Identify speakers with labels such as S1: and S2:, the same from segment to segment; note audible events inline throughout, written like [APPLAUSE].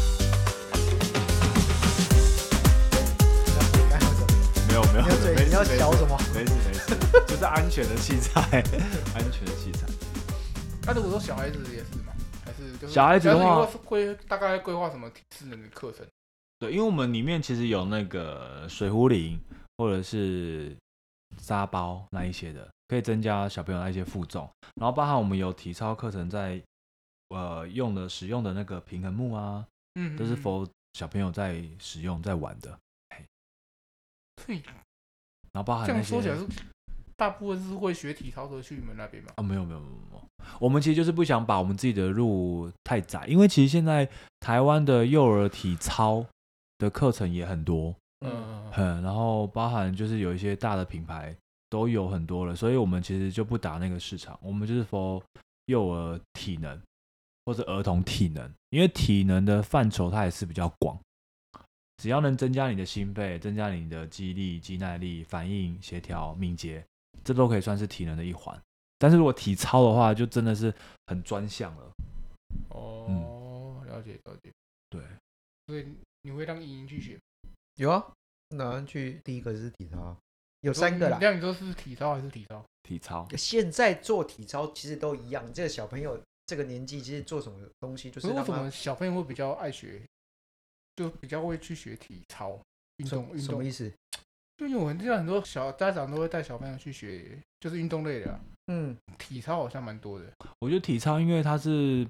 S1: [LAUGHS]
S2: 安全的器材， [LAUGHS] 安全的器材。
S3: 那如果说小孩子也是吗？还是就是
S2: 小孩子的话
S3: 小你会规大概规划什么体适能的课程？
S2: 对，因为我们里面其实有那个水壶铃或者是沙包那一些的，可以增加小朋友那一些负重。然后包含我们有体操课程在呃用的使用的那个平衡木啊，
S3: 嗯，
S2: 都是
S3: 嗯嗯
S2: 否小朋友在使用在玩的。
S3: 所以
S2: 然后包含
S3: 这
S2: 那
S3: 样
S2: 些
S3: 说起来是，大部分是会学体操的去你们那边嘛？
S2: 啊，没有没有没有没有，我们其实就是不想把我们自己的路太窄，因为其实现在台湾的幼儿体操的课程也很多，
S3: 嗯，
S2: 嗯，然后包含就是有一些大的品牌都有很多了，所以我们其实就不打那个市场，我们就是 for 幼儿体能或者儿童体能，因为体能的范畴它也是比较广，只要能增加你的心肺，增加你的肌力、肌耐力、反应、协调、敏捷，这都可以算是体能的一环。但是如果体操的话，就真的是很专项了。
S3: 哦，了解了解。
S2: 对，
S3: 所以你会让莹莹去学？
S1: 有啊，然后去第一个是体操，有三个啦。
S3: 那你说是体操还是体操？
S2: 体操
S1: 现在做体操其实都一样，这个小朋友这个年纪其实做什么东西就
S3: 可
S1: 是
S3: 是为
S1: 让
S3: 什么
S1: 他
S3: 小朋友会比较爱学，就比较会去学体操运
S1: 什
S3: 动运
S1: 什
S3: 动
S1: 么意？思？
S3: 就因为我们见到很多小家长都会带小朋友去学，就是运动类的啊、
S1: 嗯，
S3: 体操好像蛮多的。
S2: 我觉得体操，因为它是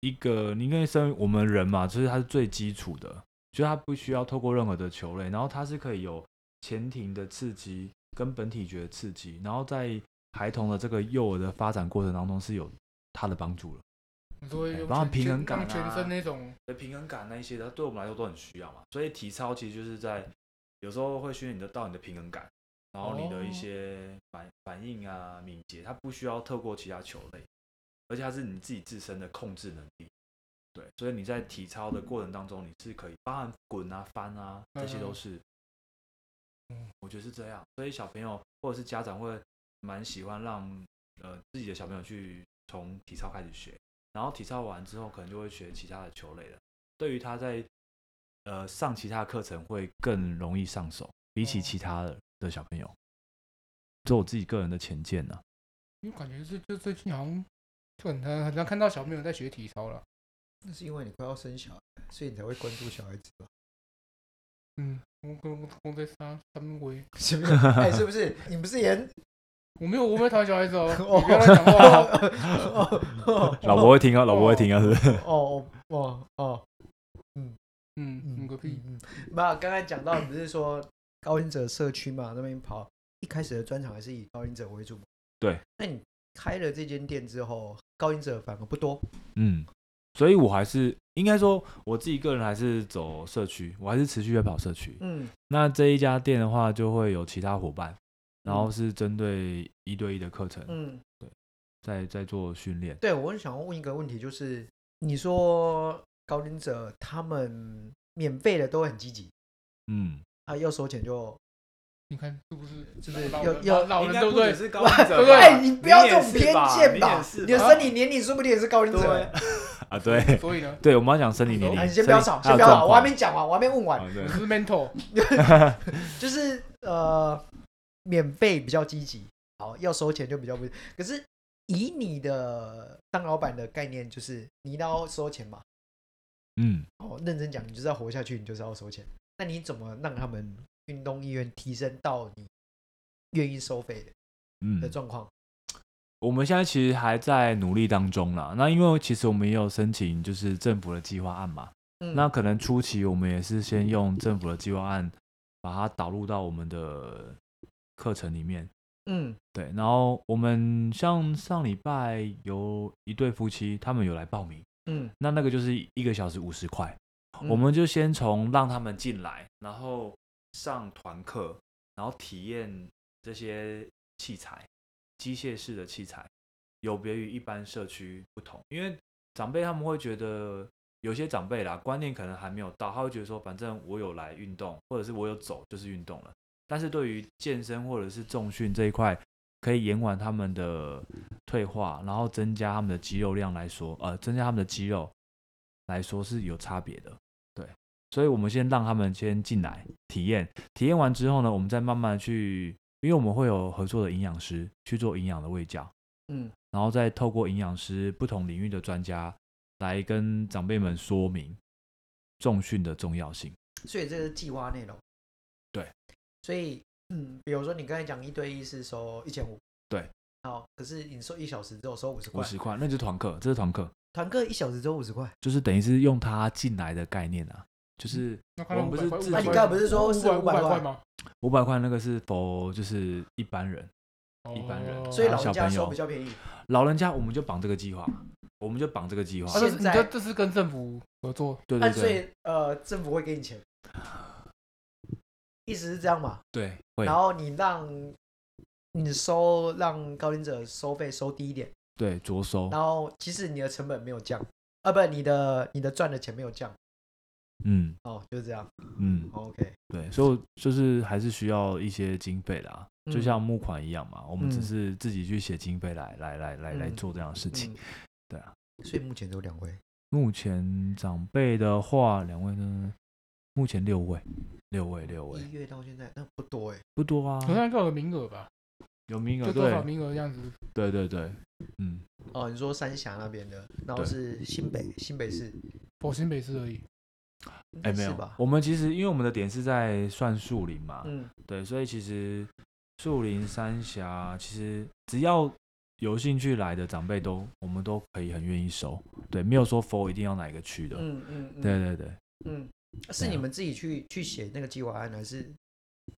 S2: 一个，你因为身为我们人嘛，就是它是最基础的，就是它不需要透过任何的球类，然后它是可以有前庭的刺激跟本体觉的刺激，然后在孩童的这个幼儿的发展过程当中是有它的帮助了。
S3: 你说
S2: 哎
S3: 用
S2: 包含
S3: 全
S2: 平
S3: 全
S2: 衡感
S3: 用全
S2: 啊
S3: 身那种，
S2: 的平衡感那一些的，对我们来说都很需要嘛。所以体操其实就是在有时候会训练你的到你的平衡感，然后你的一
S3: 哦
S2: 些反反应啊、敏捷，它不需要透过其他球类，而且它是你自己自身的控制能力。对，所以你在体操的过程当中，你是可以包含滚啊、翻啊，这些
S3: 嗯
S2: 都
S3: 嗯
S2: 是，
S3: 嗯
S2: 我觉得是这样。所以小朋友或者是家长会蛮喜欢让呃自己的小朋友去从体操开始学，然后体操完之后可能就会学其他的球类了。对于他在呃上其他课程会更容易上手，比
S1: 嗯
S2: 起
S3: 哦
S2: 其他的的小朋友，这我自己个人的浅见啊呢、
S3: 因为感觉这就最近好像就很常很常看到小朋友在学体操了。
S1: 那是因为你快要生小孩，所以你才会关注小孩
S3: [LAUGHS]
S1: 子吧？
S3: 嗯，我跟我在三三维，
S1: 是不是？哎，是不是？你不是也很
S3: 我没有我没有讨厌小孩子哦，
S1: [LAUGHS] 哦
S3: 你不要乱讲话哦。
S1: 哦哦
S2: 老婆会听啊，老婆会听啊，是不是？
S1: 哦哦哦哦，
S3: 嗯，
S1: [LAUGHS] 嗯
S3: 嗯个屁！
S1: 嗯，嗯没有，刚才讲到不是说高音者社区嘛，那边跑，一开始的专场还是以高音者为主嘛。
S2: 对，
S1: 那你开了这间店之后，高音者反而不多。
S2: [LAUGHS] 嗯，所以我还是应该说我自己个人还是走社区，我还是持续在跑社区。
S1: 嗯
S2: 那这一家店的话，就会有其他伙伴，然后是针对一对一的课程
S1: 嗯，
S2: 在在做训练。
S1: 对我想要问一个问题，就是你说高音者他们免费的都很积极
S2: 嗯，
S1: 啊，要收钱就
S3: 你看是不是？
S1: 就是
S3: 老
S1: 要
S3: 人
S1: 要
S3: 老人对不对？
S2: 是高龄者吧
S3: 对不对
S1: 哎，你不要这种
S2: 你也
S1: 偏
S2: 是吧
S1: 见
S2: 你
S1: 吧
S2: 也！是吧
S1: 你的生理年龄说不定也是高龄者。
S2: 对啊，对 [LAUGHS]
S3: 所以呢，
S2: 对，我们要讲生理年
S1: 啊，
S2: 龄。
S1: 你先不要吵，先不要吵，我还没讲完，我还没问完。
S2: 啊，
S3: 你
S2: 对
S3: 是 mental
S1: 就是呃，免费比较积极，好要收钱就比较不。可是以你的当老板的概念，就是你一定要收钱嘛。
S2: 嗯，
S1: 哦，认真讲，你就是要活下去，你就是要收钱。那你怎么让他们运动意愿提升到你愿意收费的的
S2: 嗯，
S1: 状况？
S2: 我们现在其实还在努力当中啦。那因为其实我们也有申请就是政府的计划案嘛，
S1: 嗯，
S2: 那可能初期我们也是先用政府的计划案把它导入到我们的课程里面。
S1: 嗯
S2: 对，然后我们像上礼拜有一对夫妻，他们有来报名，
S1: 嗯，
S2: 那那个就是一个小时五十块，
S1: 嗯
S2: 我们就先从让他们进来，然后上团课，然后体验这些器材，机械式的器材，有别于一般社区不同，因为长辈他们会觉得。有些长辈啦，观念可能还没有到，他会觉得说，反正我有来运动，或者是我有走就是运动了。但是对于健身或者是重训这一块，可以延缓他们的退化，然后增加他们的肌肉量来说，呃，增加他们的肌肉来说是有差别的。对，所以我们先让他们先进来体验，体验完之后呢，我们再慢慢去因为我们会有合作的营养师去做营养的喂教，
S1: 嗯，
S2: 然后再透过营养师不同领域的专家来跟长辈们说明重训的重要性。
S1: 所以这是计划内容。
S2: 对，
S1: 所以嗯，比如说你刚才讲一对一是收一千五，
S2: 对，
S1: 好，可是你收一小时之后收五十
S2: 五
S1: 块，
S2: 十块，那就是团课，这是团课，
S1: 团课一小时只有五十块，
S2: 就是等于是用他进来的概念啊，
S1: 嗯
S2: 就是
S3: 那快到
S2: 我们不是
S3: 500块
S2: 自己
S3: 500块
S2: 那你刚才
S1: 啊不是说是
S3: 500
S1: 500
S3: 块吗？
S2: 五百块那个是否就是一般人，一般人
S3: 哦
S1: 所以老
S2: 还
S1: 人
S2: 有小
S1: 家
S2: 朋友
S1: 收比较便宜。
S2: 老人家我们就绑这个计划，我们就绑这个计划
S3: 啊，这是
S1: 现
S3: 你
S1: 在啊
S3: 这这是跟政府合作，
S2: 对对
S1: 但哦所
S2: 对
S1: 以呃，政府会给你钱，意思是这样嘛？
S2: 对，会
S1: 然后你让你收让高龄者收费收低一点，
S2: 对着收，
S1: 然后其实你的成本没有降，啊不，你的你的赚的钱没有降
S2: 嗯
S1: 哦，就是这样。
S2: 嗯，
S1: OK，
S2: 对，所以我就是还是需要一些经费的啊，就
S1: 嗯
S2: 像募款一样嘛，我们
S1: 嗯
S2: 只是自己去写经费来来来来来
S1: 嗯
S2: 做这样的事情。
S1: 嗯，
S2: 对啊。
S1: 所以目前只有两位，
S2: 目前长辈的话，两位呢，目前六位，六位六位
S1: 一月到现在那不多哎，
S2: 不多啊，
S3: 好像多少个名额吧？
S2: 有名额
S3: 就多少
S2: 对
S3: 名额这样子？
S2: 对对对，嗯，
S1: 哦，你说三峡那边的，然后
S2: 对
S1: 是新北新北市，
S3: 我新北市而已。
S1: 应该
S2: 哎没
S1: 是
S2: 有
S1: 吧，？
S2: 我们其实因为我们的点是在算树林嘛，
S1: 嗯
S2: 对，所以其实树林三峡其实只要有兴趣来的长辈都，我们都可以很愿意收，对，没有说 for 一定要哪一个区的，
S1: 嗯嗯，嗯
S2: 对对对，
S1: 嗯，是
S2: 对啊
S1: 你们自己去去写那个计划案，还是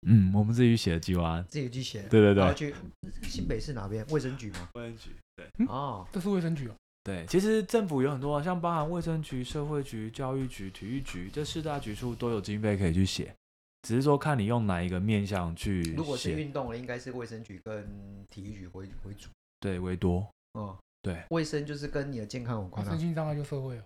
S2: 嗯，我们自己写的计划案，
S1: 自己去写？
S2: 对对啊
S1: 然后
S2: 对，
S1: 去新北市哪边卫生局吗？
S2: 卫生局，对
S1: 哦，
S3: 这是卫生局哦，
S2: 对，其实政府有很多啊，像包含卫生局、社会局、教育局、体育局这四大局处都有经费可以去写，只是说看你用哪一个面向去
S1: 如果是
S2: 写，
S1: 运动的，应该是卫生局跟体育局为为主。
S2: 对，为多，
S1: 哦，
S2: 对，
S1: 卫生就是跟你的健康有关啊
S3: 身。心障碍就社会哦。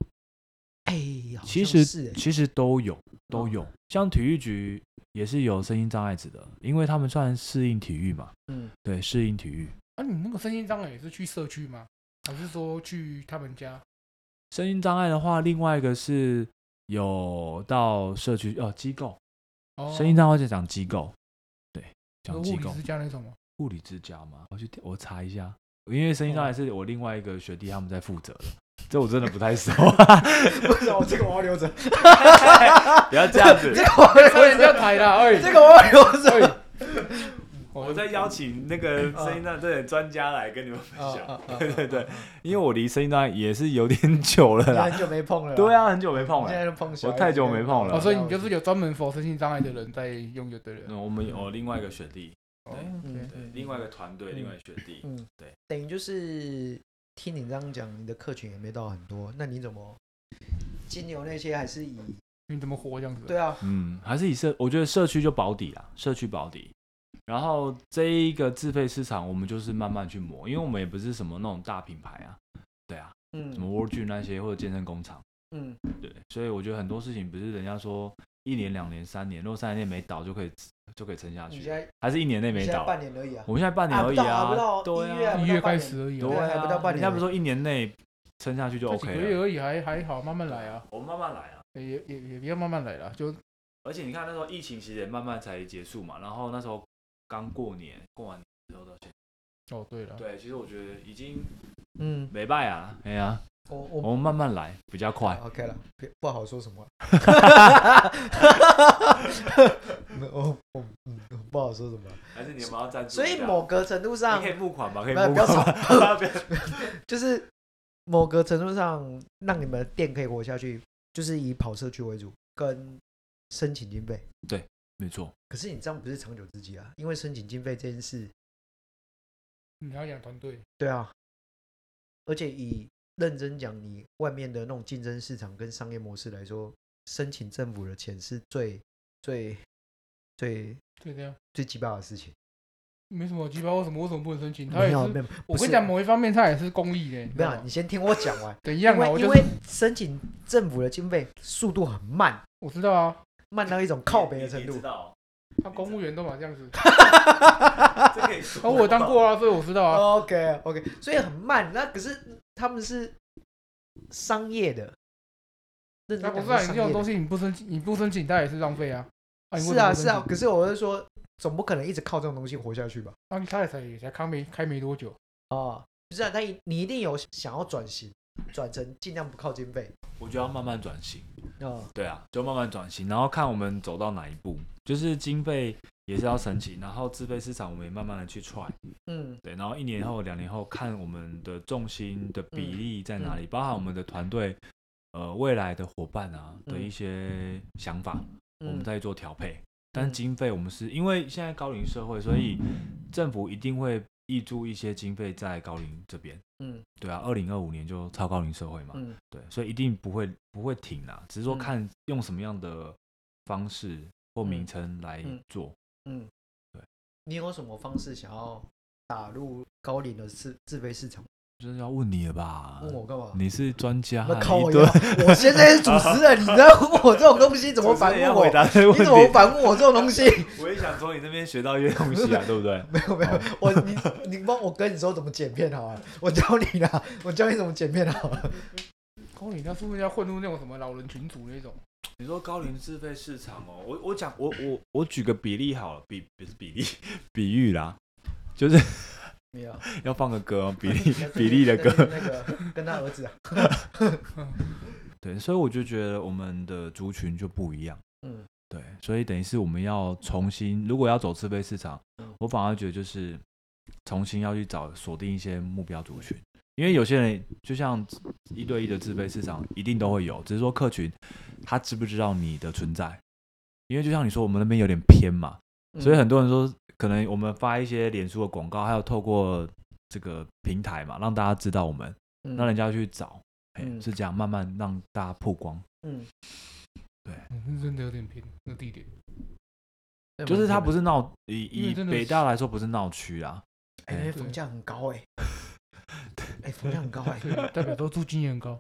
S1: 哎呀，好像
S2: 其实
S1: 是哎
S2: 其实都有都有，像体育局也是有身心障碍者的，因为他们算适应体育嘛，
S1: 嗯，
S2: 对，适应体育。
S3: 啊，你那个身心障碍也是去社区吗？还是说去他们家？
S2: 身心障碍的话，另外一个是有到社区呃机构，
S3: 哦，
S2: 身心障碍者讲机构，对，
S3: 那个
S2: 讲
S3: 物
S2: 机
S3: 理
S2: 构
S3: 之家那种
S1: [LAUGHS]
S3: 吗？
S2: 呃物理之家吗？我去我查一下，因为身心障碍是我另外一个学弟他们在负责 [LAUGHS] 的，这我真的不太 [LAUGHS] 熟，
S1: [LAUGHS] 为什么这个我要留着？
S2: 不要这样
S1: [LAUGHS]
S2: 子
S1: 这。个我要
S3: 差
S1: 留
S3: 点就要
S1: 着，
S3: 抬了，哎，
S1: [LAUGHS] 这个我要留着。 [LAUGHS]
S3: 哎，我
S2: 我在
S1: 哦
S2: 邀请那个声音障碍的专家来跟你们分
S1: 啊
S2: 享，
S1: 啊啊！
S2: [LAUGHS] 对对对，因为我离声音障碍也是有点久了
S1: 你
S2: 啦。
S1: 很久没碰了。
S2: [LAUGHS] 对
S1: 啊，
S2: 啊，很久没碰
S1: 你现
S2: 了。
S1: 在都碰小孩。
S2: 我太久没碰了
S3: 哦，所以你就是有专门 for 身心障碍的人在用就对了。
S2: 嗯，我们有另外一个学弟，
S3: 哦
S2: 对
S3: OK
S2: 对，另外一个团队，
S1: 嗯
S2: 另外一个学弟，
S1: 嗯，
S2: 对，
S1: 等于就是听你这样讲，你的客群也没到很多，那你怎么金牛那些还是以
S3: 你怎么活这样子？
S1: 对啊，
S2: 嗯，还是以社，我觉得社区就保底啦，社区保底。然后这一个自费市场，我们就是慢慢去磨，因为我们也不是什么那种大品牌啊，对啊，什么
S1: 嗯
S2: w o r d g 那些或者健身工厂，
S1: 嗯
S2: 对，所以我觉得很多事情不是人家说一年、两年、三年，如果三年内没倒就可以就可以撑下
S1: 你
S2: 去
S1: 现，在
S2: 还是一年内
S1: 你
S2: 没
S1: 现在
S2: 倒，
S1: 半年而已啊，
S2: 我们现在半年
S1: 啊不
S2: 而已
S1: 到啊不到
S2: 对
S1: 一月啊
S2: 啊，
S3: 一月开始而已哦，
S2: 对
S1: 还不到
S2: 啊，
S1: 半
S2: 人
S1: 年
S2: 家
S1: 而
S2: 不
S1: 已
S2: 是说一年内撑下去就
S3: 这几
S2: 啊 OK
S3: 个月
S2: 了，
S3: 而已，还还好，慢慢来啊，
S2: 我们慢慢来啊。
S3: 也也也也不要慢慢来啦，就
S2: 而且你看那时候疫情其实也慢慢才结束嘛，然后那时候刚过年，过完年之后到现
S3: 哦对了
S2: 在，，对，其实我觉得已经
S1: 嗯，
S2: 没败啊，哎呀、
S1: 我
S2: 我
S1: 我啊
S2: 们慢慢来比较快。
S1: OK 了，别不好说什
S2: [LAUGHS]
S1: 么了，没有我我嗯我不好说什么了，
S2: 还是你们要赞助一下？
S1: 所以某个程度上
S2: 你可以募款吧，可以
S1: 不要
S2: 募
S1: 不要
S2: 款
S1: 吵
S2: 吧。不要
S1: 就是某个程度上让你们店可以活下去，就是以跑社区为主，跟申请经费。
S2: [LAUGHS] 没错，
S1: 可是你这样不是长久之计啊，因为申请经费这件事，
S3: 你要养团队，
S1: 对啊，而且以认真讲，你外面的那种竞争市场跟商业模式来说，申请政府的钱是最最最
S3: 对这样。
S1: 最鸡巴的事情。
S3: 没什么鸡巴，为什么为什么不能申请？他
S1: 没
S3: 也
S1: 有，
S3: 是，
S1: 没有，
S3: 我
S1: 不
S3: 跟
S1: 是
S3: 你讲，某一方面他也是公益的，你知
S1: 没
S3: 道
S1: 有，啊
S3: 吗
S1: 你？先听我讲
S3: [LAUGHS]
S1: 完。
S3: 怎
S1: 因
S3: 样啊？我
S1: 为因
S3: 就
S1: 为
S3: 是
S1: 申请政府的经费速度很慢，
S3: 我知道啊，
S1: 慢到一种 [LAUGHS] 靠北的程
S2: 你你
S1: 度
S2: 知。道，
S3: 他公务员都嘛
S1: [LAUGHS]
S3: 这样子，
S2: 这可以
S1: 哦
S2: 说
S3: 然后我当过啊，所以我知道啊。
S1: OK OK，所以很慢。那可是他们是商业的，认
S3: 那
S1: 真讲
S3: 不是啊，你
S1: 商
S3: 这
S1: 业
S3: 种
S1: 的
S3: 东西你不申请，你不申请他也是浪费啊。你为
S1: 是
S3: 什么
S1: 啊
S3: 不
S1: 是啊
S3: 申，请
S1: 可是我是说，总不可能一直靠这种东西活下去吧？
S3: 当时他才也才开没开没多久，
S1: 啊，不是啊，他一你一定有想要转型，转成尽量不靠经费
S2: 我觉得要慢慢转型。
S1: 啊，
S2: 对啊，就慢慢转型，然后看我们走到哪一步，就是经费也是要申请，然后自费市场我们也慢慢的去踹，
S1: 嗯
S2: 对，然后一年后、两年后看我们的重心
S1: 嗯
S2: 的比例在哪里，包含我们的团队，呃，未来的伙伴啊的一些想法，我们
S1: 嗯
S2: 再做调配。但经费我们是因为现在高龄社会，所以政府一定会挹注一些经费在高龄这边。
S1: 嗯
S2: 对啊，二零二五年就超高龄社会嘛，
S1: 嗯
S2: 对，所以一定不会不会停啦，只是说
S1: 嗯
S2: 看用什么样的方式或名称来
S1: 嗯
S2: 做。
S1: 嗯，
S2: 对，
S1: 你有什么方式想要打入高龄的自自费市场？
S2: 就是要问你了吧？
S1: 问我干嘛？
S2: 啊你啊是专家，
S1: 那靠我
S2: 一
S1: 呀
S2: 堆！
S1: 我现在是主持人，你在问我这种东西，怎么反问我？
S2: 答这个
S1: 你怎么？反问我这种东西？ [LAUGHS]
S2: 我也想从你这边学到一些东西啊，对不对？
S1: 没有没有，我你你帮我跟你说怎么剪片好了，我教你啦，我教你怎么剪片好了。
S3: 高龄他是不是要混哦入那种什么老人群组那种？
S2: 你说高龄自费市场哦，我我讲我我我举个比例好了，比不是比例， [LAUGHS] 比喻啦，就是
S1: 没有，
S2: 要放个歌、哦，比
S1: [LAUGHS]
S2: 例比例的歌。
S1: 那个
S2: [LAUGHS]
S1: 跟他儿子啊，
S2: 对，所以我就觉得我们的族群就不一样。
S1: 嗯
S2: 对，所以等于是我们要重新，如果要走自费市场
S1: 嗯，
S2: 我反而觉得就是重新要去找锁定一些目标族群，因为有些人就像一对一的自费市场一定都会有，只是说客群他知不知道你的存在，因为就像你说，我们那边有点偏嘛，
S1: 嗯
S2: 所以很多人说，可能我们发一些脸书的广告，还有透过这个平台嘛，让大家知道我们，
S1: 嗯
S2: 让人家去找，哎、
S1: 嗯
S2: 是这样慢慢让大家曝光。
S1: 嗯，
S3: 嗯，真的有点偏那地点。
S2: 就是它不
S1: 是
S2: 是闹以
S3: 因
S2: 以
S3: 为真的
S2: 北
S3: 是
S2: 大来说不是闹区啊啦，
S1: 哎，那房价很高
S2: [LAUGHS]
S1: 哎，哎，房价很高哎。
S3: 对，代表都租金也很高。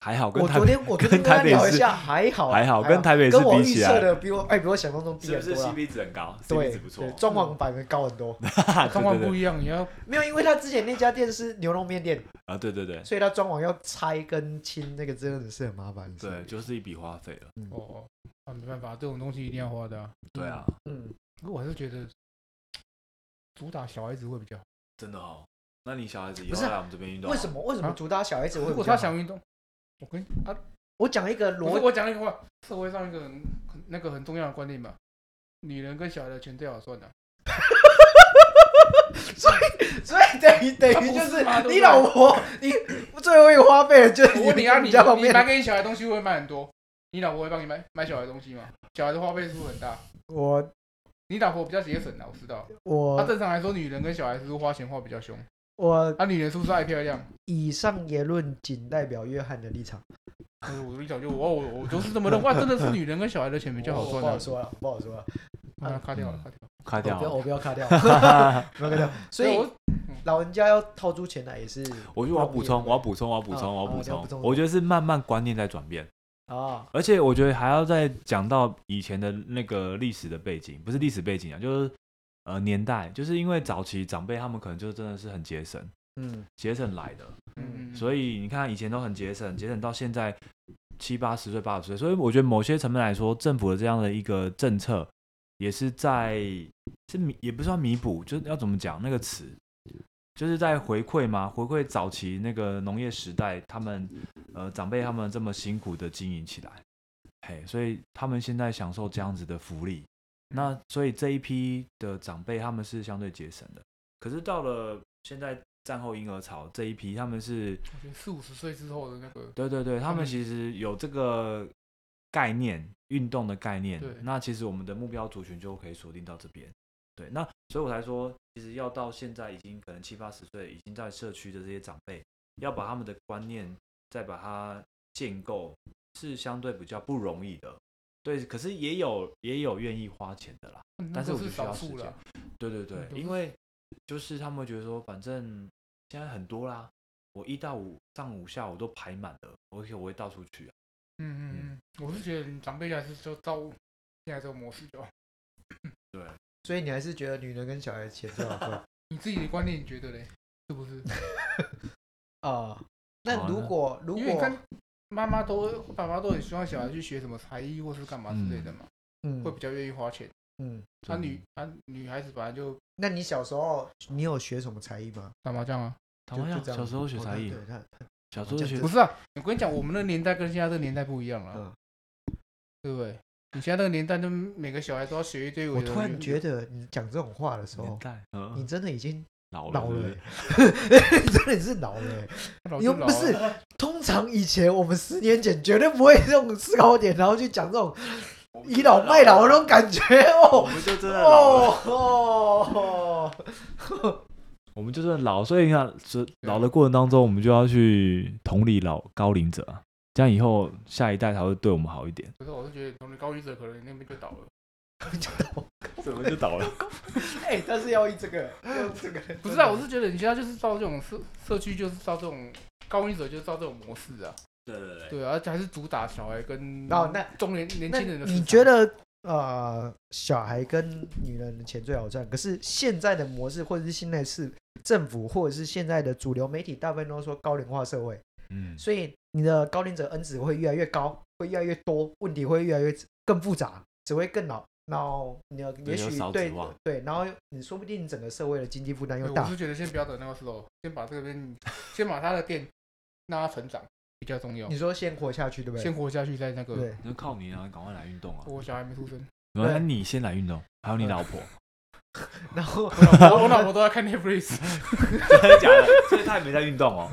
S2: 还好跟
S1: 我
S2: 台
S1: 昨
S2: 北
S1: 天我昨天跟他聊一下，还好
S2: 还好跟台北市
S1: 跟我
S2: 比
S1: 预
S2: 起
S1: 设
S2: 来，
S1: 的比我哎比我想象中低很多啦。
S2: 值啊很高
S1: 对，对
S2: 啊
S1: 装潢版本高很
S2: 嗯
S1: 多。
S2: [LAUGHS]
S3: 状况不一样，也要
S1: 没有，因为他之前那家店是牛肉面店，
S2: 啊，对对对
S1: 所以他装潢要拆跟清，那个真的是很嗯麻烦。
S2: 对，，就是一笔花费了。
S3: 哦，啊，没办法，这种东西一定要花的、啊。
S2: [LAUGHS] 对啊，
S1: 嗯，
S3: 可我还是觉得主打小孩子会比较好。
S2: 真的哦。那你小孩子以
S1: 不
S2: 后
S1: 是啊
S2: 来我们这边运动啊，
S1: 为什么为什么
S3: 啊
S1: 主打小孩子会比较好？
S3: 如果他想运动，我跟啊，
S1: 我讲一个逻
S3: 我我讲一个话，社会上一个很很那个很重要的观念嘛，女人跟小孩的钱最好算啊的、
S1: 所以，所以等于等于就
S3: 啊不
S1: 是
S3: 是吗对不对
S1: 你老婆，你最后一个花费了，就是
S3: [LAUGHS] 我
S1: 你
S3: 问你啊，
S1: 你
S3: 你
S1: 家旁
S3: 你买
S1: 边。
S3: 给你小孩东西会不会买很多？你老婆会帮你买买小孩东西吗？小孩的花费是不是很大？
S1: 我
S3: 你老婆比较节省啊的，我知道。她、
S1: 我
S3: 正常来说，女人跟小孩是不是花钱花比较凶？
S1: 我
S3: 啊，女人是不是爱漂亮？
S1: 以上言论仅代表约翰的立场，
S3: 我我一早就我我我就是这么认为，哇真的是女人跟小孩的钱比较好
S1: 我哦
S3: 赚
S1: 不
S3: 的
S1: 好。说了，不好说了，
S3: 啊，卡掉了，卡掉了。啊
S2: 开
S1: 我不
S2: 掉
S1: 要
S2: 啊？
S1: 我不要卡 [LAUGHS] 掉，不要卡掉。所以
S3: 我
S1: 老人家要掏出钱来也是
S2: [LAUGHS] 我就我要
S1: [LAUGHS]
S2: 补充，我要补充，我要补
S1: 啊
S2: 充，我要
S1: 啊
S2: 补
S1: 你要补
S2: 充。
S1: 充
S2: 我觉得是慢慢观念在转变，
S1: 啊，
S2: 而且我觉得还要再讲到以前的那个历史的背景，不是历史背景啊，就是呃年代，就是因为早期长辈他们可能就真的是很节省，
S1: 嗯
S2: 节省来的，
S3: 嗯，
S2: 所以你看以前都很节省，节省到现在七八十岁、八十岁，所以我觉得某些层面来说，政府的这样的一个政策也是在是弥也不算弥补，就是要怎么讲那个词，就是在回馈嘛，回馈早期那个农业时代他们呃长辈他们这么辛苦的经营起来，嘿，所以他们现在享受这样子的福利，那所以这一批的长辈他们是相对节省的，可是到了现在战后婴儿潮这一批，他们是
S3: 我觉得四五十岁之后的那个，
S2: 对对对，他
S3: 他
S2: 们
S3: 们
S2: 其实有这个概念，运动的概念
S3: 对。
S2: 那其实我们的目标族群就可以锁定到这边。对，那所以我才说，其实要到现在已经可能七八十岁，已经在社区的这些长辈，要把他们的观念再把它建构，是相对比较不容易的。对，可是也有也有愿意花钱的啦。但是我
S3: 那个
S2: 就是需要
S3: 少
S2: 时
S3: 数
S2: 间
S3: 了。。
S2: 对对对
S3: 嗯，都
S2: 因
S3: 是
S2: 为就是他们会觉得说，反正现在很多啦，我一到五上午下午都排满了，而且我会到处去啊。
S3: 嗯嗯嗯，我是觉得长辈还是就照现在这个模式就好。
S1: 所以你还是觉得女人跟小孩钱最好赚
S3: 你自己的观念你觉得嘞？是不是？
S1: [LAUGHS] 啊？
S2: 好啊
S1: 那如果如
S3: 因为你
S1: 果
S3: 看妈妈都爸爸都很希望小孩去学什么才艺或是干嘛之类的嘛，
S1: 嗯
S3: 会比较愿意花钱。
S1: 嗯，
S3: 她、女她、女孩子本来就
S1: 那你小时候你有学什么才艺吗？
S3: 打麻将啊，
S2: 台湾
S1: 就
S2: 要
S1: 就这样
S2: 小时候学
S1: 哦
S2: 才艺，
S1: 对，他
S2: 小时候学
S3: 不是啊，我跟你讲，我们那个年代跟现在这个年代不一样了、
S1: 嗯，
S3: 对不对？你现在那个年代，就每个小孩都要学一堆
S1: 我
S3: 的
S1: 突然
S3: 有
S1: 觉得你讲这种话的时候
S2: 年，代，
S1: 哦你
S2: 嗯，
S1: 真的已 [LAUGHS] 经
S2: 老
S1: 老
S2: 了
S1: 了
S2: 是不
S1: 欸
S2: 是，
S1: 真的是老了欸。
S3: 老
S1: 又
S3: 就老
S1: 不是，通常以前我们十年前绝对不会这种思考点，然后去讲这种倚老卖老的那种感觉哦
S2: 我们就真的老了，
S1: 哦哦，
S2: 我们就真的老，所以你看，这老的过程当中，我们就要去同理老高龄者啊，这样以后下一代才会对我们好一点。
S3: 可是我是觉得，从你高一者可能那边就倒了。
S2: 怎么就倒了？
S1: 哎，但是要一这个，要这个，
S3: 不是啊，我是觉得你现在就是照这种社社区，就是照这种高一者，就是照这种模式啊。
S2: 对对对，
S3: 对啊，而且还是主打小孩跟
S1: 哎哦那
S3: 中年年
S1: 那
S3: 轻人的市场。
S1: 你觉得呃，小孩跟女人的钱最好赚，可是现在的模式，或者是现在是政府，或者是现在的主流媒体，大部分都说高龄化社会，
S2: 嗯，
S1: 所以你的高龄者 N 值会越来越高，会越来越多，问题会越来越更复杂，只会更老。然后你的
S2: 对
S1: 也许
S2: 有少子
S1: 对
S2: 化
S1: 对，然后你说不定整个社会的经济负担
S3: 对
S1: 又
S3: 我
S1: 大
S3: 是。觉得先不要等那个时候，先把这边， [LAUGHS] 先把他的店让他成长比较重要
S1: 你，说先活下去，对不对？
S3: 先活下去再那个。
S1: 对，
S2: 那靠你啊，赶快来运动啊！
S3: 我小孩没出
S1: [LAUGHS]
S3: 生，
S2: 那你先来运动，还有你老婆，
S1: 然后
S3: 我老婆我老婆都在看 Netflix， [LAUGHS]
S2: 真的假的？所以他也没在运动哦。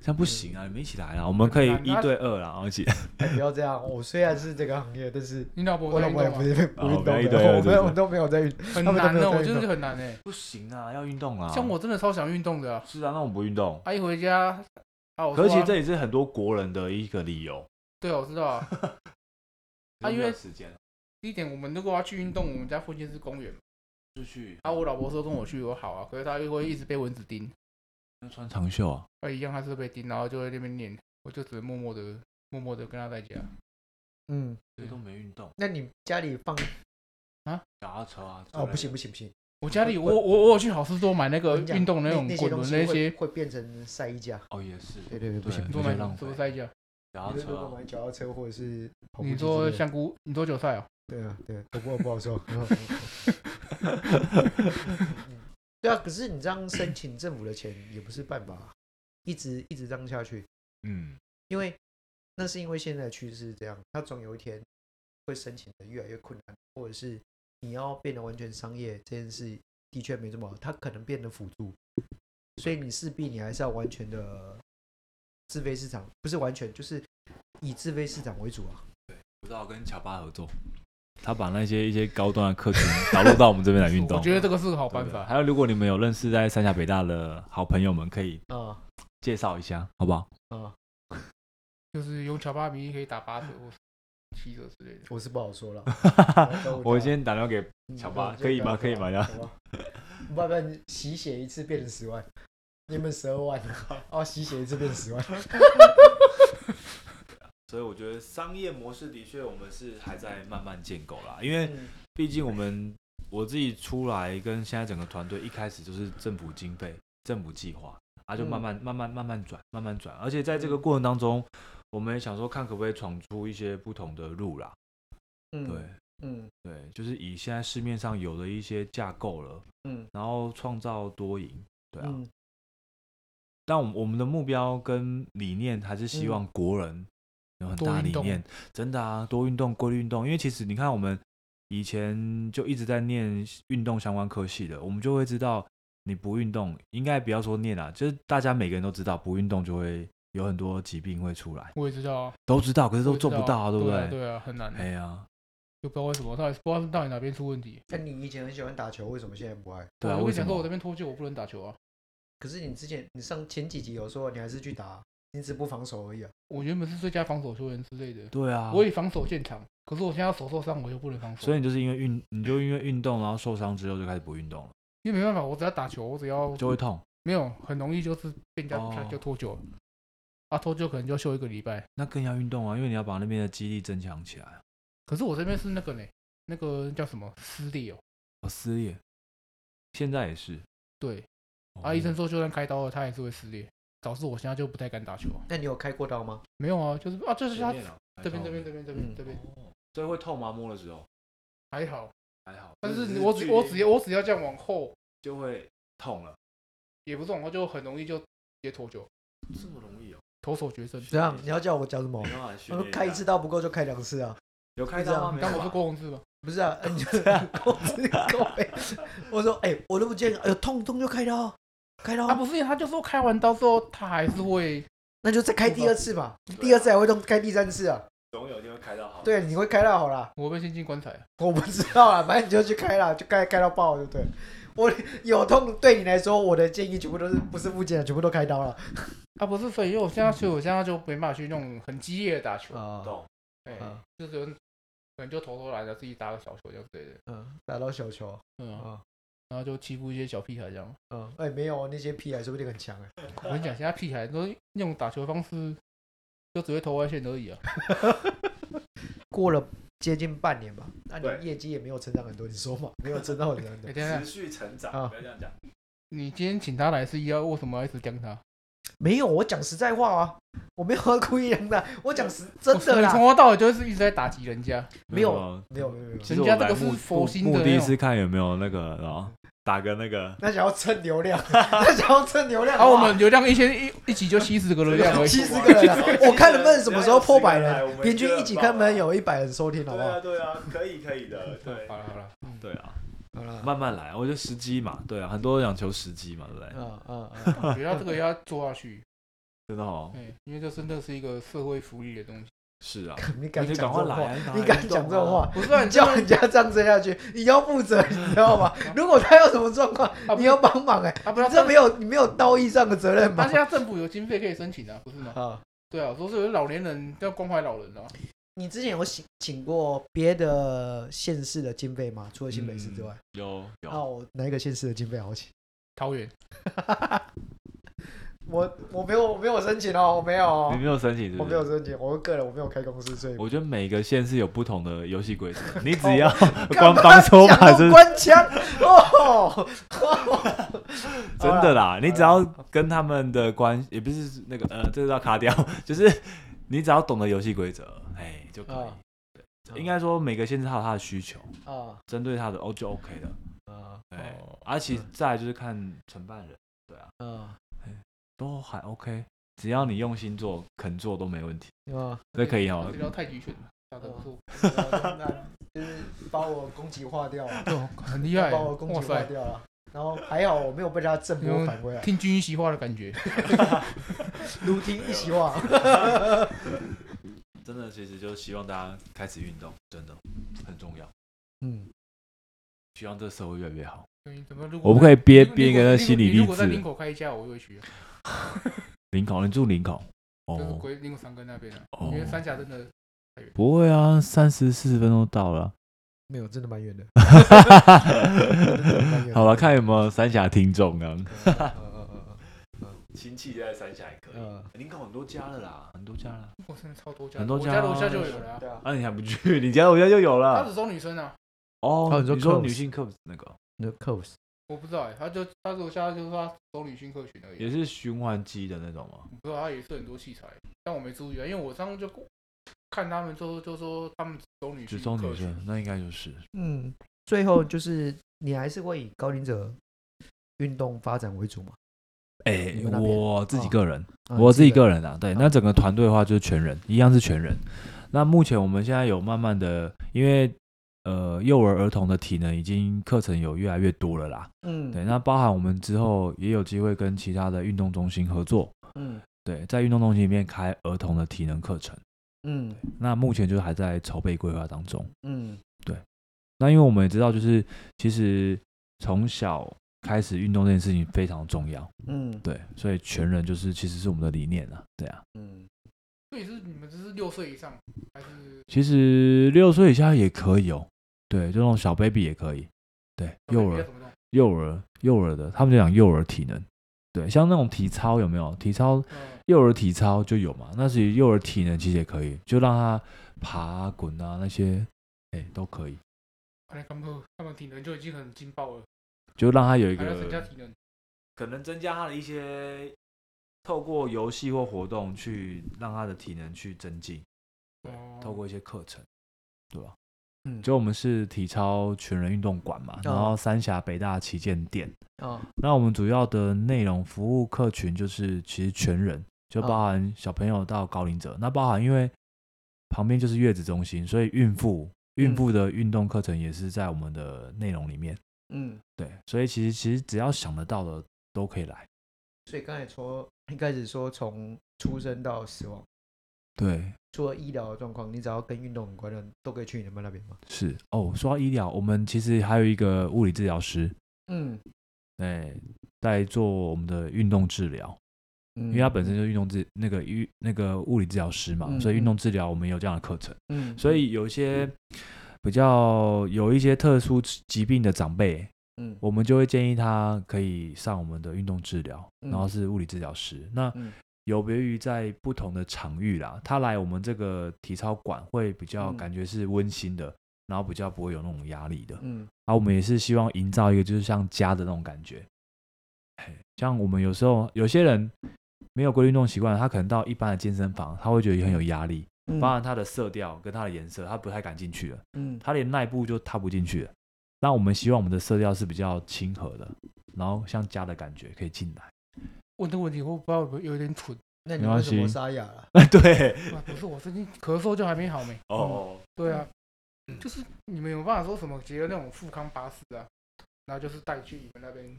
S2: 这样不行啊，你们一起来啊，我们可以
S3: 很
S2: 一
S3: 难啊
S2: 对二啦，然后一起。
S1: 哎不要这样。我虽然是这个行业，但是
S3: 你老婆
S1: 我
S3: 在
S1: 老
S3: 运
S1: 婆也不是
S3: 动啊吗？
S1: 不
S2: 哦
S1: 运动啊
S2: 不要一
S1: 的，
S2: 堆
S1: [LAUGHS]
S2: 二
S1: 我们
S2: 是不
S1: 我们
S2: 是
S1: 都没有在运。
S3: 很
S1: 他们都
S3: 难
S1: 没
S3: 的，
S1: 有在
S3: 我觉
S1: 运动
S3: 得是很难诶。
S2: 不行啊，要运动啊。
S3: 像我真的超想运动的啊，
S2: 是啊，那我不运动。
S3: 啊一回家啊，我
S2: 可是
S3: 说
S2: 其
S3: 啊
S2: 实这也是很多国人的一个理由。
S3: 对啊，我知道啊。 [LAUGHS] 啊因
S2: 就是
S3: 为
S2: 没有时间
S3: 第一点，我们如果要去运动，我们家附近是公园，
S2: 就去
S3: 啊，我老婆说跟我去，我说好啊，可是她又会一直被蚊子叮，
S2: 要穿长袖啊，
S3: 啊一样她是被叮，然后就在那边念，我就只能默默的默默的跟她在家。
S1: 嗯，
S2: 这都没运动，
S1: 那你家里放
S2: 脚踏车啊。
S1: 哦，不行不行不行，
S3: 我家里
S1: 会
S3: 我我我有去好事多买那个
S1: 我跟你讲
S3: 呃运动的那种
S1: 那
S3: 滚
S1: 东
S3: 轮
S1: 西
S3: 那
S1: 会
S3: 些，
S1: 会变成晒衣架。
S2: 哦，也是。
S1: 对对对，不行
S2: 对
S3: 你
S1: 不行
S2: 就
S3: 说买
S2: 是浪
S3: 什
S2: 费
S3: 么塞架？
S2: 脚踏
S1: 你
S2: 车
S1: 如果
S2: 啊，
S1: 买脚踏车或者是跑步
S3: 你
S1: 机
S3: 说
S1: 之类的
S3: 香菇，你说韭菜哦？
S1: 对啊，对啊，我不我不好说。对啊，可是你这样申请政府的钱也不是办法啊，一直一直这样下去，
S2: 嗯，
S1: 因为那是因为现在的趋势是这样，它总有一天会申请的越来越困难，或者是你要变得完全商业这件事的确没这么好，它可能变得辅助，所以你势必你还是要完全的自费市场，不是完全就是以自费市场为主啊。
S2: 不知道跟乔巴合作，他把那些一些高端的客群导入到我们这边啊来运动。
S3: 我觉得这个是个好
S2: 对
S3: 办
S2: 不对
S3: 法。
S2: 还有，如果你们有认识在三峡北大的好朋友们，可以
S1: 啊
S2: 介绍一下，好不好？
S1: 啊，
S3: 就是用乔巴米可以打八折或七折之类的。
S1: 我是不好说了。
S2: 我先打电话给小巴
S1: 吧，
S2: 可以吗可以吗
S1: 好吧， [LAUGHS] 不然不然洗血一次变成十万，你们十二万， [LAUGHS] 哦，洗血一次变成十万，
S2: 所以我觉得商业模式的确我们是还在慢慢建构啦，因为
S1: 嗯
S2: 毕竟我们我自己出来跟现在整个团队一开始就是政府经费、政府计划，啊就慢慢、慢慢慢慢转，慢慢转，而且在这个过程当中，我们也想说看可不可以闯出一些不同的路啦，
S1: 嗯，
S2: 对。
S1: 嗯
S2: 对，就是以现在市面上有的一些架构了，
S1: 嗯
S2: 然后创造多赢，对啊。
S1: 嗯
S2: 但我们我们的目标跟理念还是希望国人有很
S3: 嗯多
S2: 大的
S3: 运
S2: 理
S3: 动
S2: 念，真的啊，多运动、规律运动。因为其实你看，我们以前就一直在念运动相关科系的，我们就会知道，你不运动，应该不要说念啊，就是大家每个人都知道，不运动就会有很多疾病会出来，
S3: 我也知道啊，
S2: 都知道，可是
S3: 我
S2: 都
S3: 也
S2: 做不
S3: 知
S2: 到
S3: 啊，
S2: 对不
S3: 对啊
S2: 对？
S3: 对啊，很难的
S2: 哎。呀，
S3: 就不知道为什么，到底不知道是到底哪边出问题。
S1: 那你以前很喜欢打球，为什么现在不爱？
S2: 对啊，
S3: 我
S2: 为
S3: 就
S2: 什
S3: 想说我这
S2: 么？
S3: 边脱臼，我不能打球啊。
S1: 可是你之前你上前几集有说你还是去打，你只不防守而已啊。
S3: 我原本是最佳防守球员之类的，
S2: 对啊，
S3: 我以防守见长。可是我现在手受伤，我就不能防守，
S2: 所以你就是因为运，你就因为运动，然后受伤之后就开始不运动了，
S3: 因为没办法，我只要打球，我只要
S2: 就会痛。
S3: 没有很容易就是被人家
S2: 哦
S3: 就脱臼了，啊脱臼可能就休一个礼拜。
S2: 那更要运动啊，因为你要把那边的肌力增强起来。啊
S3: 可是我这边是那个呢，那个叫什么撕裂哦，
S2: 哦，撕裂，现在也是。
S3: 对，
S2: 哦
S3: 啊医生说就算开刀了，他还是会撕裂，导致我现在就不太敢打球。
S1: 那你有开过刀吗？
S3: 没有啊，就是啊，就是
S2: 前
S3: 他
S2: 面啊
S3: 这边这边这边这边
S1: 嗯
S3: 这边，
S2: 哦所以会痛吗？摸的时候？
S3: 还好，
S2: 还好。
S3: 但
S2: 就是是
S3: 我
S2: 距
S3: 只
S2: 离
S3: 我只要我只要这样往后，
S2: 就会痛了，
S3: 也不是往后，就很容易就直接脱臼，
S2: 这么容易哦？
S3: 投手决胜。
S1: 这样你要叫我讲什么
S2: 没？办法训
S1: 我说
S2: 练。
S1: 开一次，刀不够就开两 [LAUGHS] 次啊，
S2: 有开
S1: 这样
S2: 刀吗？没
S3: 刚
S2: 有
S3: 我是
S2: 吧
S3: 郭宏志吗？
S1: 不是啊，你就这样跟 [LAUGHS] 我吃够呗。我说哎、我都不健康，哎呦痛痛就开刀，开刀
S2: 哦
S3: 啊，不是，他就说开完刀之后他还是会，
S1: 那就再开第二次吧，
S2: 啊
S1: 第二次还会痛，开第三次啊。
S2: 总有一天会开到好。，
S1: 对，你会开到好啦， [LAUGHS]
S3: 我会先进棺材啊。
S1: 我不知道啊，反正你就去开啦，就开开到爆，对不对？我有痛对你来说，我的建议全部都是不是复健，全部都开刀了
S3: 啊，不是，所以因为我现在，所以我现在就没办法去那种很激烈的打球，
S1: 啊
S2: 懂。
S3: 哎、
S1: 嗯
S3: 就是有人可能就偷偷来的自己打个小球这样之类的，
S1: 嗯，打到小球
S3: 嗯啊，
S1: 啊，
S3: 然后就欺负一些小屁孩这样。
S1: 嗯，哎、没有那些屁孩说不定很强哎、
S3: 我跟你讲，现在屁孩都那种打球方式，就只会投外线而 [LAUGHS] 已啊。
S1: [LAUGHS] 过了接近半年吧，那
S2: 对
S1: 你业绩也没有成长很多，你说嘛，没有成长很多很
S3: 哎、
S1: 多，
S3: 等一下
S2: 持，续成
S1: 啊
S2: 长，不要这样讲。
S3: 你今天请他来是要为什么要一直讲他？
S1: [LAUGHS] 没有，我讲实在话啊，我没有故意让的， [LAUGHS] 我讲实真的
S3: 你
S1: 啦
S3: 从，头到尾就是一直在打击人家，
S1: 没有
S2: 啊，
S1: 没有没有没有， [LAUGHS]
S2: 其
S3: 人
S2: 实
S3: 家
S2: 我
S3: 这
S2: 来
S3: 个是
S2: 目
S3: 佛心的
S2: 目
S3: 那
S2: 的
S3: 种
S2: 是看有没有那个，然后打个那
S3: [LAUGHS]
S2: 个，
S1: 那想要蹭流 [LAUGHS] 量，那想要蹭流量，
S3: 然
S1: 好
S3: 后、啊我
S1: 不好
S3: 们流量一千一一集就七十个流量而已。
S1: 七十个人啊，我看能不能什么时候破百人，平均一集看能不能
S2: 有。
S1: 有一百人收听，好不
S2: 对
S1: 好
S2: 啊，？对啊，可以可以的，
S3: [LAUGHS]
S2: 对
S3: 好了好了，
S2: 对啊，
S1: 好了，
S2: 慢慢来，我觉得时机嘛，对啊，很多讲求时机嘛，对不对？
S1: 嗯嗯嗯，
S3: 我觉得这个要做下去，
S2: 真的哦，
S3: 哎，因为这真的是一个社会福利的 [LAUGHS] 东西。
S2: 是啊，
S1: 你
S2: 那
S1: 敢
S2: 就
S1: 讲这
S2: 赶快
S1: 种
S2: 来
S1: 话，
S2: 啊，
S1: 你
S2: 拿来
S1: 敢
S2: 运
S1: 讲
S2: 动
S1: 这种
S2: 啊
S1: 话？，
S3: 不是啊，
S1: 你
S3: 你
S1: 叫人家这样撑下去，你要负责，你知道吗？如果他有什么状况，
S3: 啊不
S1: 你
S3: 是
S1: 要帮忙哎，
S3: 啊，不是
S1: 这
S3: 这
S1: 没有你没有道义上的责任
S3: 那
S1: 吗
S3: 现？在政府有经费可以申请啊，不是吗？
S1: 啊，
S3: 对啊，说是有老年人要关怀老人啊，
S1: 你之前有请请过别的县市的经费吗？除了新北市之外，
S2: 嗯有
S1: 那
S2: 有，
S1: 我哪一个县市的经费好请？
S3: 桃园
S1: 我我没有我没有申请哦，我没有
S2: 你
S1: 哦，
S2: 没有申请是
S1: 我
S2: 不
S1: 没有
S2: 是？
S1: 申请，我个人我没有开公司，所以
S2: 我觉得每个县是有不同的游戏规则，你
S1: 靠
S2: 只要官方说法
S1: 是
S2: 啊是
S1: 官腔哦，
S2: 真的啦，你只要跟他们的关，也不是那个呃，这个要卡掉， [LAUGHS] 就是你只要懂得游戏规则，哎，就可
S1: 啊
S2: 以。应该说每个县市它有它的需求，
S1: [LAUGHS] 啊
S2: 针对它的哦就 OK 的，
S1: 啊
S2: 哎
S3: 哦，
S2: 而且再来就是看承办人，对啊，
S1: 啊
S2: 都还 OK，只要你用心做、肯做都没问题，
S1: 啊！
S3: 嗯
S2: 这可以哦
S3: 这。叫太极拳，打得不错，
S1: [LAUGHS] 那就是把我攻击化掉了，
S3: 对哦，很厉害，
S1: 把我攻
S3: 哇
S1: 击化
S3: 塞，
S1: 掉了。然后还好我没有被他震波反过来，
S3: 听军医习话的感觉，
S1: [LAUGHS] 如听一席话。
S2: 真的，其实就希望大家开始运动，真的很重要。
S1: [LAUGHS] 嗯，
S2: 希望这社会越来越好。
S3: 对怎么如果
S2: [LAUGHS] 我不可以憋
S3: 如果
S2: 憋一个
S3: 如
S2: 人
S3: 果
S2: 在心理
S3: 如
S2: 励
S3: 果在林
S2: 志。
S3: 口开一家，我会去，啊
S2: 林口，你住林口？
S3: 就是
S2: 哦
S3: 归林口三哥那边啊，
S2: 哦
S3: 因，为三峡真的
S2: 不会啊，三十四十分钟到
S3: [LAUGHS]
S2: 了。
S1: 没有，真的蛮远 [LAUGHS] 的。
S2: 好了，看有没有三峡听众啊？亲戚在三峡也可
S1: 嗯，
S2: 林口很多家了啦，很多家了。
S3: 我真的超多家的，
S2: 很多
S3: 我
S2: 家
S3: 家楼下
S2: 啊
S3: 就有了啊，
S1: 对啊，
S2: 啊，你还不去？ [LAUGHS] 你家楼下就有
S3: 他
S2: 了。
S3: 只收女生啊，
S2: 哦
S1: 哦，你说
S2: 你说
S1: Cubs
S2: 女性 club 那个
S1: 那 close
S3: 我不知道哎，他就他楼下就是说他收女性客群而已
S2: 也
S3: 啊，
S2: 是循环机的那种吗？
S3: 不知道他也是很多器材，但我没注意啊，因为我上次就看他们就就说他们只收女
S2: 只
S3: 性
S2: 收
S3: 客
S2: 女
S3: 群
S2: 生，，那应该就是
S1: 嗯，最后就是你还是会以高龄者运动发展为主嘛？
S2: 哎
S1: 你，们那边
S2: 我自己
S1: 哦
S2: 个人，
S1: 啊
S2: 我自己
S1: 的
S2: 个人啊，对，那整个团队的话就是全人，一样是全人。那目前我们现在有慢慢的，因为呃幼儿儿童的体能已经课程有越来越多了啦，
S1: 嗯
S2: 对，那包含我们之后也有机会跟其他的运动中心合作，
S1: 嗯
S2: 对，在运动中心里面开儿童的体能课程，
S1: 嗯
S2: 那目前就还在筹备规划当中。
S1: 嗯
S2: 那因为我们也知道，就是其实从小开始运动这件事情非常重要，
S1: 嗯
S2: 对，所以全人就是其实是我们的理念啊，对啊。
S1: 嗯
S3: 所以是你们这是六岁以上还是
S2: 其实六岁以下也可以哦，对，这种小 baby 也可以，对，幼
S3: 要
S2: 儿、
S3: 怎么弄？
S2: 幼儿、幼儿的，他们就讲幼儿体能，对，像那种体操有没有？体操
S3: 嗯，
S2: 幼儿体操就有嘛，那是幼儿体能其实也可以，就让他爬啊、滚啊那些，哎、都可以，
S3: 哎他们他们体能就已经很劲爆了，
S2: 就让他有一
S3: 还要增加
S2: 个
S3: 体能，
S2: 可能增加他的一些透过游戏或活动去让他的体能去增进，
S3: 哦
S2: 透过一些课程，对吧？
S1: 嗯
S2: 就我们是体操全人运动馆嘛，然后
S1: 哦
S2: 三峡北大旗舰店。
S1: 哦
S2: 那我们主要的内容服务客群就是其实全人，就
S1: 哦
S2: 包含小朋友到高龄者，那包含因为旁边就是月子中心，所以孕妇孕
S1: 嗯
S2: 妇的运动课程也是在我们的内容里面。
S1: 嗯，
S2: 对，所以其实其实只要想得到的都可以来。
S1: 所以刚才说一开始说从出生到死亡，
S2: 对，
S1: 除了医疗的状况，你只要跟运动有关的，都可以去你们那边吗？
S2: 是哦。说到医疗，我们其实还有一个物理治疗师，
S1: 嗯，
S2: 哎，在做我们的运动治疗，
S1: 因
S2: 因为他本身就是运动治那个运那个物理治疗师嘛，
S1: 嗯
S2: 所以运
S1: 嗯
S2: 动治疗我们有这样的课程。
S1: 嗯，
S2: 所以有一些比较有一些特殊疾病的长辈，
S1: 嗯
S2: 我们就会建议他可以上我们的运动治疗，然后
S1: 嗯
S2: 是物理治疗师。那
S1: 嗯
S2: 有别于在不同的场域啦，他来我们这个体操馆会比较
S1: 嗯
S2: 感觉是温馨的，然后比较不会有那种压力的。
S1: 嗯
S2: 啊，我们也是希望营造一个就是像家的那种感觉。嘿像我们有时候有些人没有规律运动习惯，他可能到一般的健身房，他会觉得很有压力，
S1: 嗯
S2: 包含它的色调跟它的颜色，他不太敢进去了，
S1: 嗯
S2: 他连那一步就踏不进去了。那我们希望我们的色调是比较亲和的，然后像家的感觉可以进来。 [LAUGHS]
S3: 问这个问题，我不知道有没有有点蠢。
S1: 那
S2: 没
S1: 你
S2: 关
S1: 为什么
S2: 系
S1: 沙哑
S2: [LAUGHS]
S1: 了？
S2: 对，
S3: 啊，不是，我最近咳嗽就还没好没。
S2: 哦，
S3: 对啊，就是你们有办法说什么结合那种富康巴士啊，然后就是带去你们那边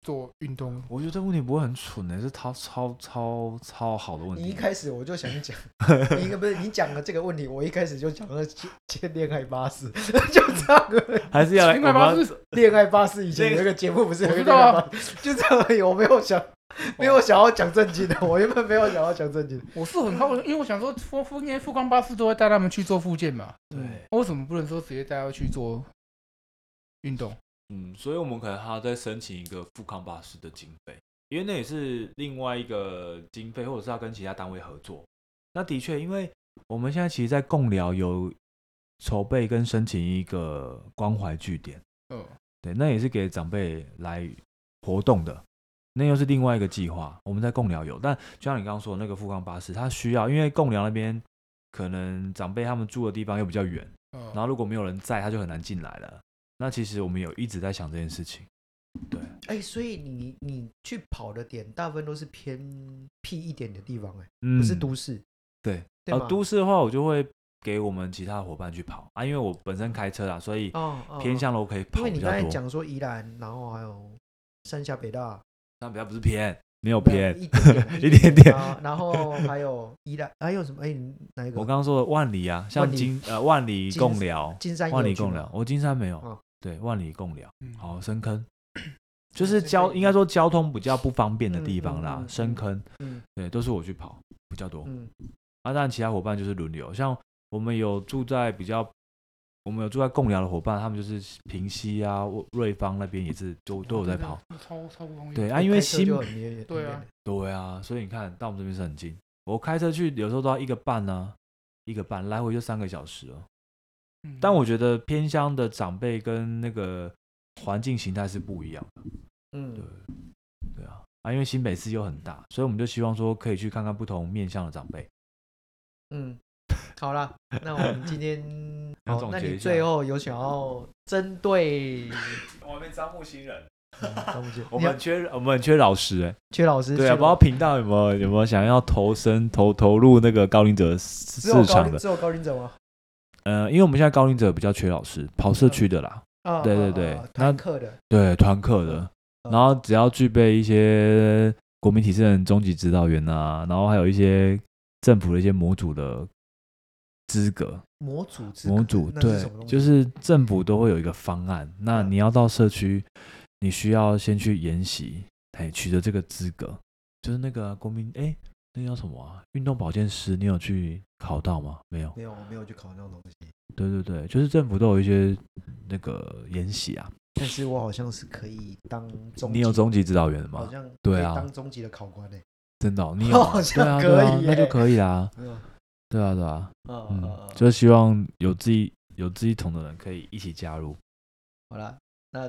S3: 做运动。
S2: 我觉得这个问题不会很蠢欸的、是超超超超好的问
S1: 你一
S2: 题。
S1: 开始我就想
S2: [LAUGHS]
S1: 讲，你一个不是你讲了这个问题，我一开始就讲了接接恋爱巴士， [LAUGHS] 就这样而已。
S2: 还是要来
S3: 另外
S2: 我
S3: 巴
S2: 们要哦
S3: 士，
S1: 恋爱巴士以前有一个节目不是有
S3: 我
S1: 一
S3: 知
S1: 个
S3: 道
S1: 恋
S3: 啊
S1: 爱巴士，就这样而已。我没有想，没有想要讲正经的，我原本没有想要讲正经的。
S3: 我是很好，因为我想说富富，因为富康巴士都会带他们去做复健嘛，
S2: 对，
S3: 为什么不能说直接带他去做运动？
S2: 嗯，所以我们可能还要再申请一个富康巴士的经费，因为那也是另外一个经费，或者是要跟其他单位合作。那的确，因为我们现在其实，在共聊有筹备跟申请一个关怀据点，
S3: 嗯，
S2: 对，那也是给长辈来活动的，那又是另外一个计划。我们在共寮有，但就像你刚刚说的那个富康巴士，它需要，因为共寮那边可能长辈他们住的地方又比较远，然
S3: 嗯，
S2: 后如果没有人在，他就很难进来了。那其实我们有一直在想这件事情，
S1: 哎、所以你你去跑的点大部分都是偏僻一点的地方、哎、
S2: 嗯
S1: 不是都市，
S2: 对，
S1: 对
S2: 呃
S1: 吗？
S2: 都市的话，我就会给我们其他伙伴去跑啊，因为我本身开车啦，所以
S1: 哦哦，
S2: 偏
S1: 哦，
S2: 向楼可以
S1: 因
S2: 跑
S1: 为
S2: 比
S1: 你刚
S2: 较
S1: 才
S2: 多。
S1: 讲说宜兰，然后还有三峡北大，
S2: 那比较不是偏，没有
S1: 没有
S2: 偏。
S1: 一
S2: [LAUGHS]
S1: 点点
S2: 一点点
S1: 然后啊然后还有宜兰，还有什么？哎、你哪一个？
S2: 我刚刚说的万里啊，像
S1: 万里
S2: 金呃万里
S1: 金
S2: 共寮，
S1: 金山也有
S2: 万里
S1: 去
S2: 共
S1: 吗
S2: 寮，，我金山没有，
S1: 哦
S2: 对，万里共寮，
S3: 嗯
S2: 好深
S1: [CLEARS THROAT]
S2: 坑，
S1: 嗯
S2: 就是
S1: 深
S2: 交
S1: 坑
S2: 应该说交通比较不方便的地方啦，
S1: 嗯嗯嗯
S2: 深
S1: 嗯
S2: 坑，
S1: 嗯
S2: 对，都是我去跑比较多，
S1: 嗯
S2: 啊，当然其他伙伴就是轮流，像我们有住在比较，我们有住在共寮的伙伴，他们就是平西啊、我瑞芳那边也是都
S1: 哦
S2: 都有在跑，，
S3: 超超不容易。
S2: 对啊，因为
S1: 嗯开车
S2: 新
S1: 就很远
S3: 对啊，
S2: 对啊，所以你看到我们这边是很近，我开车去有时候都要一个半呢、一个半来回就三个小时哦。
S3: 嗯
S2: 但我觉得偏乡的长辈跟那个环境形态是不一样的，
S1: 嗯
S2: 对，对啊，啊，因为新北市又很大，所以我们就希望说可以去看看不同面向的长辈。
S1: 嗯，好啦，那我们今天
S2: [LAUGHS] 要
S1: 好
S2: 总，
S1: 那
S2: 结
S1: 你
S2: 一
S1: 最
S2: 下
S1: 后有想要针对
S2: 我们招募新人，
S1: 张木姐
S2: [LAUGHS] 我
S1: 你要
S2: 们缺我们很缺老师哎、
S1: 缺老师
S2: 对啊，
S1: 缺
S2: 不知道频道有没有有没有想要投身投投入那个高龄者市
S1: 只有
S2: 市
S1: 高
S2: 场
S1: 龄
S2: 的？
S1: 只有高龄者吗？
S2: 呃，因为我们现在高龄者比较缺老师，跑社区的啦，
S1: 啊，
S2: 对
S1: 啊
S2: 对
S1: 啊
S2: 对
S1: 啊
S2: 那
S1: 团课的，
S2: 对团课的，
S1: 嗯
S2: 然后只要具备一些国民体适能中级指导员啊，然后还有一些政府的一些模组的资格，
S1: 模组制
S2: 模
S1: 课
S2: 组
S1: 那是
S2: 对
S1: 什么，东
S2: 就
S1: 西
S2: 是政府都会有一个方案，那
S1: 嗯
S2: 你要到社区，你需要先去研习，哎，取得这个资格，就是那个国民哎，那个叫什么啊？运动保健师，你有去考到吗？没有。
S1: 没有没有去考那种东西，
S2: 对对对，就是政府都有一些那个研习啊。
S1: 但是我好像是可以当中
S2: 你有
S1: 级
S2: 中级指导员的
S1: 好
S2: 吗？
S1: 像
S2: 对
S1: 可以
S2: 啊
S1: 当中级的考官呢。
S2: 真的哦、
S1: [LAUGHS]
S2: 你有吗？
S1: 好
S2: 对啊，
S1: 像
S2: 对啊
S1: 可，以
S2: 那就
S1: 耶
S2: 可以啦。
S1: 嗯
S2: 对啊，对啊，
S1: 啊啊
S2: 嗯
S1: 啊，
S2: 就是希望有自己有自己桶的人可以一起加入。
S1: 好啦，那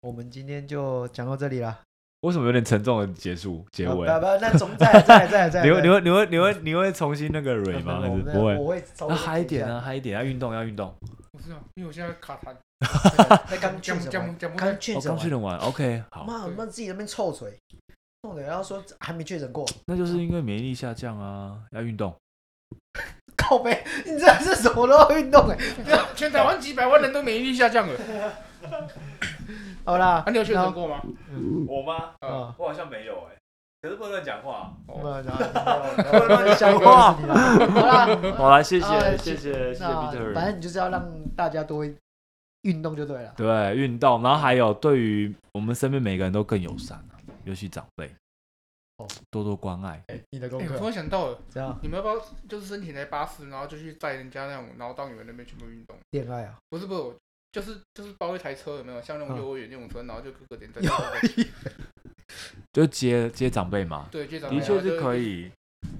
S1: 我们今天就讲到这里啦。
S2: 为什么有点沉重的结束结
S1: 啊
S2: 尾？
S1: 不不，那总再来再来再来再来。
S2: 你
S1: 再
S2: 会
S1: 来
S2: 你会你会你会你会重新那个蕊
S1: 没有没
S2: 吗？还
S1: 有
S2: 是
S1: 没有
S2: 不会？
S1: 我会稍
S2: 那
S1: 微
S2: 嗨一
S1: 剪
S2: 点
S1: 下
S2: 啊，嗨一点，要运动要运动。
S3: 我知道，因为我现在卡痰，
S1: 那刚确
S3: 讲
S1: 诊
S3: 讲
S1: 完，
S3: 讲不
S1: 刚
S3: 太
S1: 确
S2: 我
S1: 诊
S2: 刚确
S1: 完，
S2: 诊完，OK，好，
S1: 妈，妈自己在那边臭嘴，弄得然后说还没确诊过，
S2: 那就是因为免疫力下降啊，要运动。
S1: 靠背，你这是什么都要运动哎、
S3: 全台湾几百万人都免疫力下降了。
S1: 好啦，
S3: 啊，你有确
S1: 然
S3: 诊
S1: 后？
S3: 过吗？呃哦
S2: 我吗？
S1: 啊，
S2: 我好像没有哎、可哦是不能乱讲话。
S3: 哎
S1: 那然后然后下一个就是你了，好
S2: [LAUGHS]
S1: 啦，
S2: 好啦，谢谢、
S1: 啊
S2: 谢哦谢谢谢
S1: 那反
S2: Peter。
S1: 正你就是要让大家多运动就对了。
S2: 对，运动，然后还有对于我们身边每个人都更友善啊，尤其长辈
S1: 哦，
S2: 多多关爱。
S1: 哎，你的功
S3: 哎，我突
S1: 课
S3: 然想到了，
S1: 这样
S3: 你们要不要就是申请台巴士，然后就去载人家那种，然后到你们那边全部运动？
S1: 恋爱啊，
S3: 不是不是，就是就是包一台车，有没有？像那
S1: 嗯
S3: 种幼儿园那种车，然后就各个点在。
S1: [LAUGHS]
S2: 就接接长辈嘛，
S3: 对，就长
S2: 的确是可。以。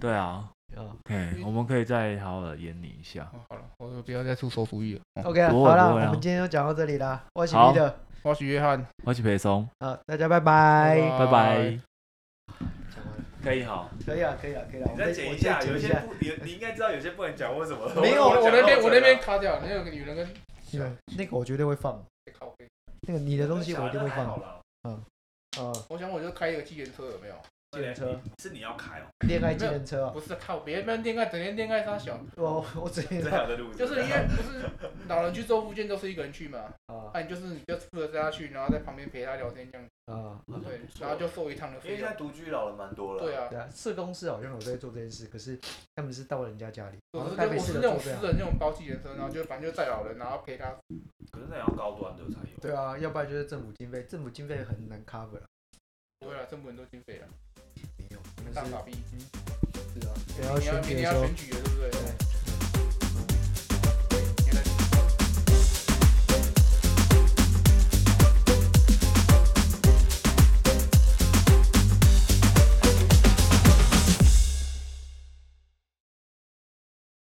S2: 对啊，
S1: 啊
S2: 嗯，我们可以再好好的研拟一下。
S3: 哦，好了，我就不要再出馊主意了。哦
S1: ，OK，
S2: 不会
S1: 好啦，
S2: 不会啊
S1: 我们今天就讲到这里啦，我是
S2: 好
S1: Peter，
S3: 我是约翰，
S2: 我去陪松，
S1: 啊，大家拜拜。
S2: 拜拜。
S1: 讲完了
S2: 可以好，
S1: 可以啊，可以啊，可以啊，我们
S2: 你再
S1: 我
S2: 剪一
S1: 们
S2: 下，
S1: 剪
S2: 有
S1: 一
S2: 些不，你你应该知道有些不能讲或什么。
S1: 没有
S2: 我
S3: 我我那边我那边
S2: 讲
S3: 卡掉，那个女人跟
S1: 对那个我绝对会放，
S3: 靠背。
S1: 那个你的
S2: 到
S1: 东
S2: 这
S1: 西
S2: 了
S1: 我一定会放。哦啊、
S2: 了
S3: 我想我就开一个计程车，有没有？
S1: 电车
S2: 是你要开哦，
S1: 恋爱技能车、啊，
S3: 不是靠别人恋爱，整天恋爱他小，
S1: 我我只能
S2: 两个路
S3: 就是因为不是老人去做附件都是一个人去嘛，
S1: 啊
S3: 那你就是你就负责带他去，然后在旁边陪他聊天这样，
S1: 啊，
S3: 对，然后就收一趟的费用。
S2: 独居老人蛮多
S3: 对啊，
S1: 对啊，社公司好像有在做这件事，可是他们是到人家家里，
S3: 我
S1: 好
S3: 是
S1: 像
S3: 就
S1: 台北
S3: 我
S1: 市
S3: 是
S1: 有
S3: 那种
S1: 做
S3: 私
S1: 这样。
S3: 人那种包计程车，然后就反正就载老人，然后陪他。
S2: 可是那也要高端的才有。
S1: 对啊，要不然就是政府经费，政府经费很难 cover 啊。
S3: 对啊，政府很多经费啊，
S1: 没有，
S3: 大
S1: 那
S3: 傻逼。
S1: 是是啊，不要
S3: 你要
S1: 选
S3: 明
S1: 举的
S3: 年要
S1: 时候
S3: 选。举了，对不对？
S1: 对